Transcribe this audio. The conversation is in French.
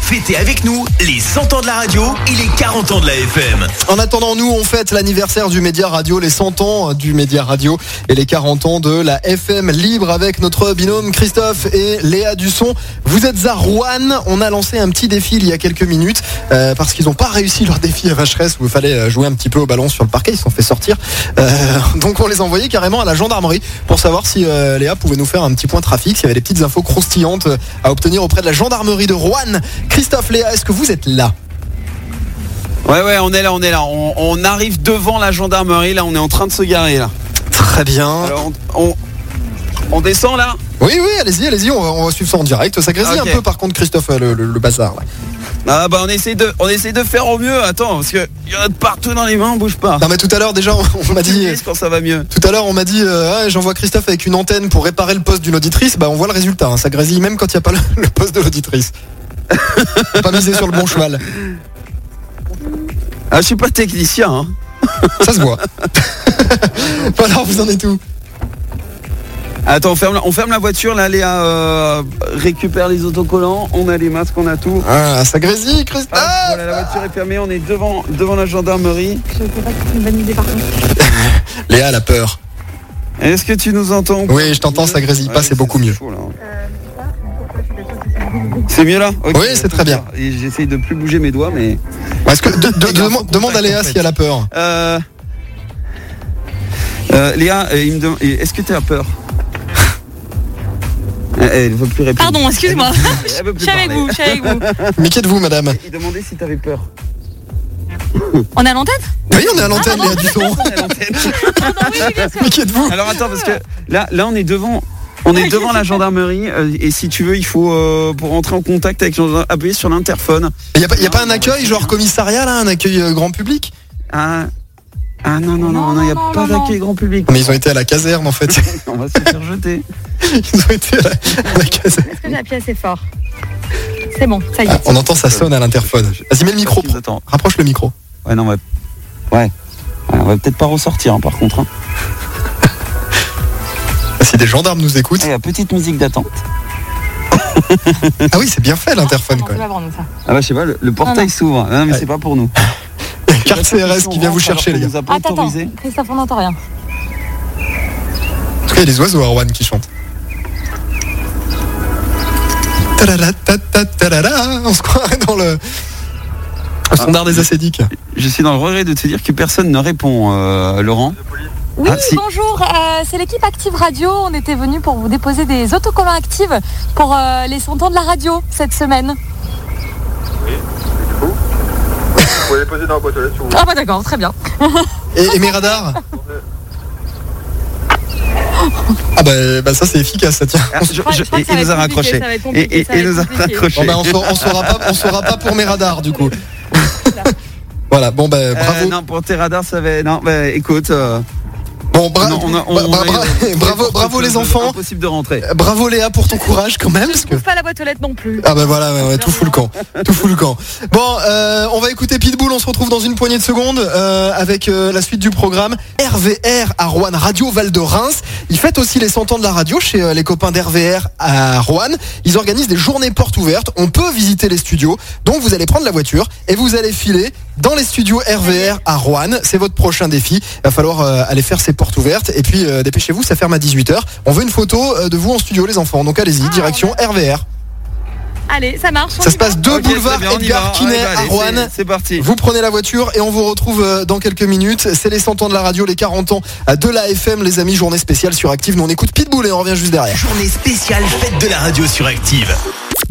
Fêtez avec nous les 100 ans de la radio et les 40 ans de la FM. En attendant, nous, on fête l'anniversaire du Média Radio, les 100 ans du Média Radio et les 40 ans de la FM libre avec notre binôme Christophe et Léa Dusson. Vous êtes à Rouen. On a lancé un petit défi il y a quelques minutes euh, parce qu'ils n'ont pas réussi leur défi à Vacheresse où il fallait euh, jouer un petit peu au ballon sur le parquet. Ils se sont fait sortir. Euh, donc, on les envoyait carrément à la gendarmerie pour savoir si euh, Léa pouvait nous faire un petit point trafic, s'il y avait des petites infos croustillantes euh, à obtenir auprès de la gendarmerie de Rouen. Christophe, Léa, est-ce que vous êtes là Ouais ouais on est là on est là on, on arrive devant la gendarmerie là on est en train de se garer là Très bien. alors on, on, on descend là Oui, oui, allez-y, allez-y, on va, on va suivre ça en direct. Ça grésille Ok. un peu par contre, Christophe, euh, le, le- le bazar. là. ah bah on essaie de on essaie de faire au mieux attends parce que il y en a de partout dans les mains on bouge pas Non, mais tout à l'heure, déjà, on, on m'a dit. quand ça va mieux Tout à l'heure, on m'a dit, euh, Ah, j'envoie Christophe avec une antenne pour réparer le poste d'une auditrice. Bah, on voit le résultat. hein. Ça grésille même quand il n'y a pas le, le poste de l'auditrice. Faut pas miser sur le bon cheval. ah je suis pas technicien hein. Ça se voit. voilà, vous en êtes où attends on ferme la- on ferme la voiture là Léa euh, récupère les autocollants on a les masques on a tout Ah, ça grésille, Christophe. Ah, voilà la voiture est fermée on est devant devant la gendarmerie Je sais pas si c'est une bonne idée par contre. Léa, elle a peur. est-ce que tu nous entends Oui, je t'entends, ça grésille pas, Ouais, c'est beaucoup mieux. chaud, là. hein. C'est mieux là Ok. Oui, c'est très bien. Et J'essaye de plus bouger mes doigts, mais. Est-ce que de- de- demande- demande à Léa en fait. si elle a peur. Euh... euh, Léa, euh, il me demande- et est-ce que tu as peur Euh, Elle veut plus répondre. Pardon, excuse-moi. Elle veut Je plus suis avec parler. vous, je suis avec vous. Mais qui êtes-vous, madame Il demandait si t'avais peur. On est à l'antenne Oui, on est à l'antenne, Léa Dusson. Oui, bien sûr. Mais qui êtes-vous Alors attends, parce que là, là on est devant. On est devant la gendarmerie euh, et si tu veux, il faut euh, pour entrer en contact avec gendarmerie, appuyer sur l'interphone. Il n'y a, pas- y a pas un accueil, genre commissariat, là, un accueil euh, grand public Ah, ah non non Non, non non, il n'y a non, pas non, d'accueil grand public. Mais ils ont été à la caserne, en fait. On va se faire jeter. Ils ont été à la, à la caserne. Est-ce que j'appuie assez fort C'est bon, ça y Ah, est. on entend ça sonne à l'interphone. Vas-y, mets le micro. Ils attendent. Rapproche le micro. Ouais, non, ouais. Ouais. Ouais, on va peut-être pas ressortir, hein, par contre. hein. Si des gendarmes nous écoutent. Ah, la petite musique d'attente. Ah oui, c'est bien fait l'interphone, Non, quand c'est même. pas pour nous, ça. Ah bah, je sais pas, le, le portail s'ouvre. Non, mais Ouais. c'est pas pour nous. Carte CRS qui vient vous chercher, les gars. Ah, Nous a pas Attends, attends, autorisé. Ah, Christophe, on n'entend rien. En tout cas, il y a des oiseaux à Rouen qui chantent. Tadada, tadada, tadada. On se croirait dans le. Au standard des acédiques. Je suis dans le regret de te dire que personne ne répond, euh, Laurent. Oui, Ah, si. bonjour, euh, c'est l'équipe Active Radio. On était venu pour vous déposer des autocollants actives pour euh, les 100 ans de la radio cette semaine. Vous pouvez les poser dans la boîte aux lettres si vous voulez. Ah bah d'accord, très bien. Et, et mes radars Ah bah, bah ça c'est efficace ça tient. Ah, je- crois- je je- crois que ça va il nous a être compliqué, raccroché. ça va être Et, compliqué, et- ça va il être nous a compliqué. raccroché. Bon bah on, saura- on saura pas, on saura pas pour mes radars du coup. Voilà, bon bah Euh, bravo. non, pour tes radars, ça va. Non, bah écoute. euh, Bon, bra- non, on a- euh, on- bra- on a- bra- bravo, bravo les enfants. Impossible de rentrer. Bravo Léa pour ton courage quand même. Parce que... Pas la boîte aux lettres non plus. Ah bah voilà, ouais, ouais, tout fout le camp. Tout fout le camp. Bon, euh, on va écouter Pitbull, on se retrouve dans une poignée de secondes euh, avec euh, la suite du programme. RVR à Rouen, Radio Val de Reims. Ils fêtent aussi les 100 ans de la radio chez euh, les copains d'RVR à Rouen. Ils organisent des journées portes ouvertes, on peut visiter les studios. Donc vous allez prendre la voiture et vous allez filer dans les studios RVR à Rouen. C'est votre prochain défi. Il va falloir euh, aller faire ces portes ouvertes. Et puis euh, dépêchez-vous, ça ferme à 18h. On veut une photo euh, de vous en studio les enfants. Donc allez-y, Ah, direction RVR. Allez, ça marche. on Ça y se passe va deux Ok, très boulevards bien, on y va. Edgar Allez, Quinet bah, à allez, Rouen. c'est- C'est parti. Vous prenez la voiture et on vous retrouve euh, dans quelques minutes. C'est les 100 ans de la radio, les 40 ans euh, de la FM, les amis. Journée spéciale sur Active. Nous, on écoute Pitbull et on revient juste derrière. Journée spéciale fête de la radio sur Active.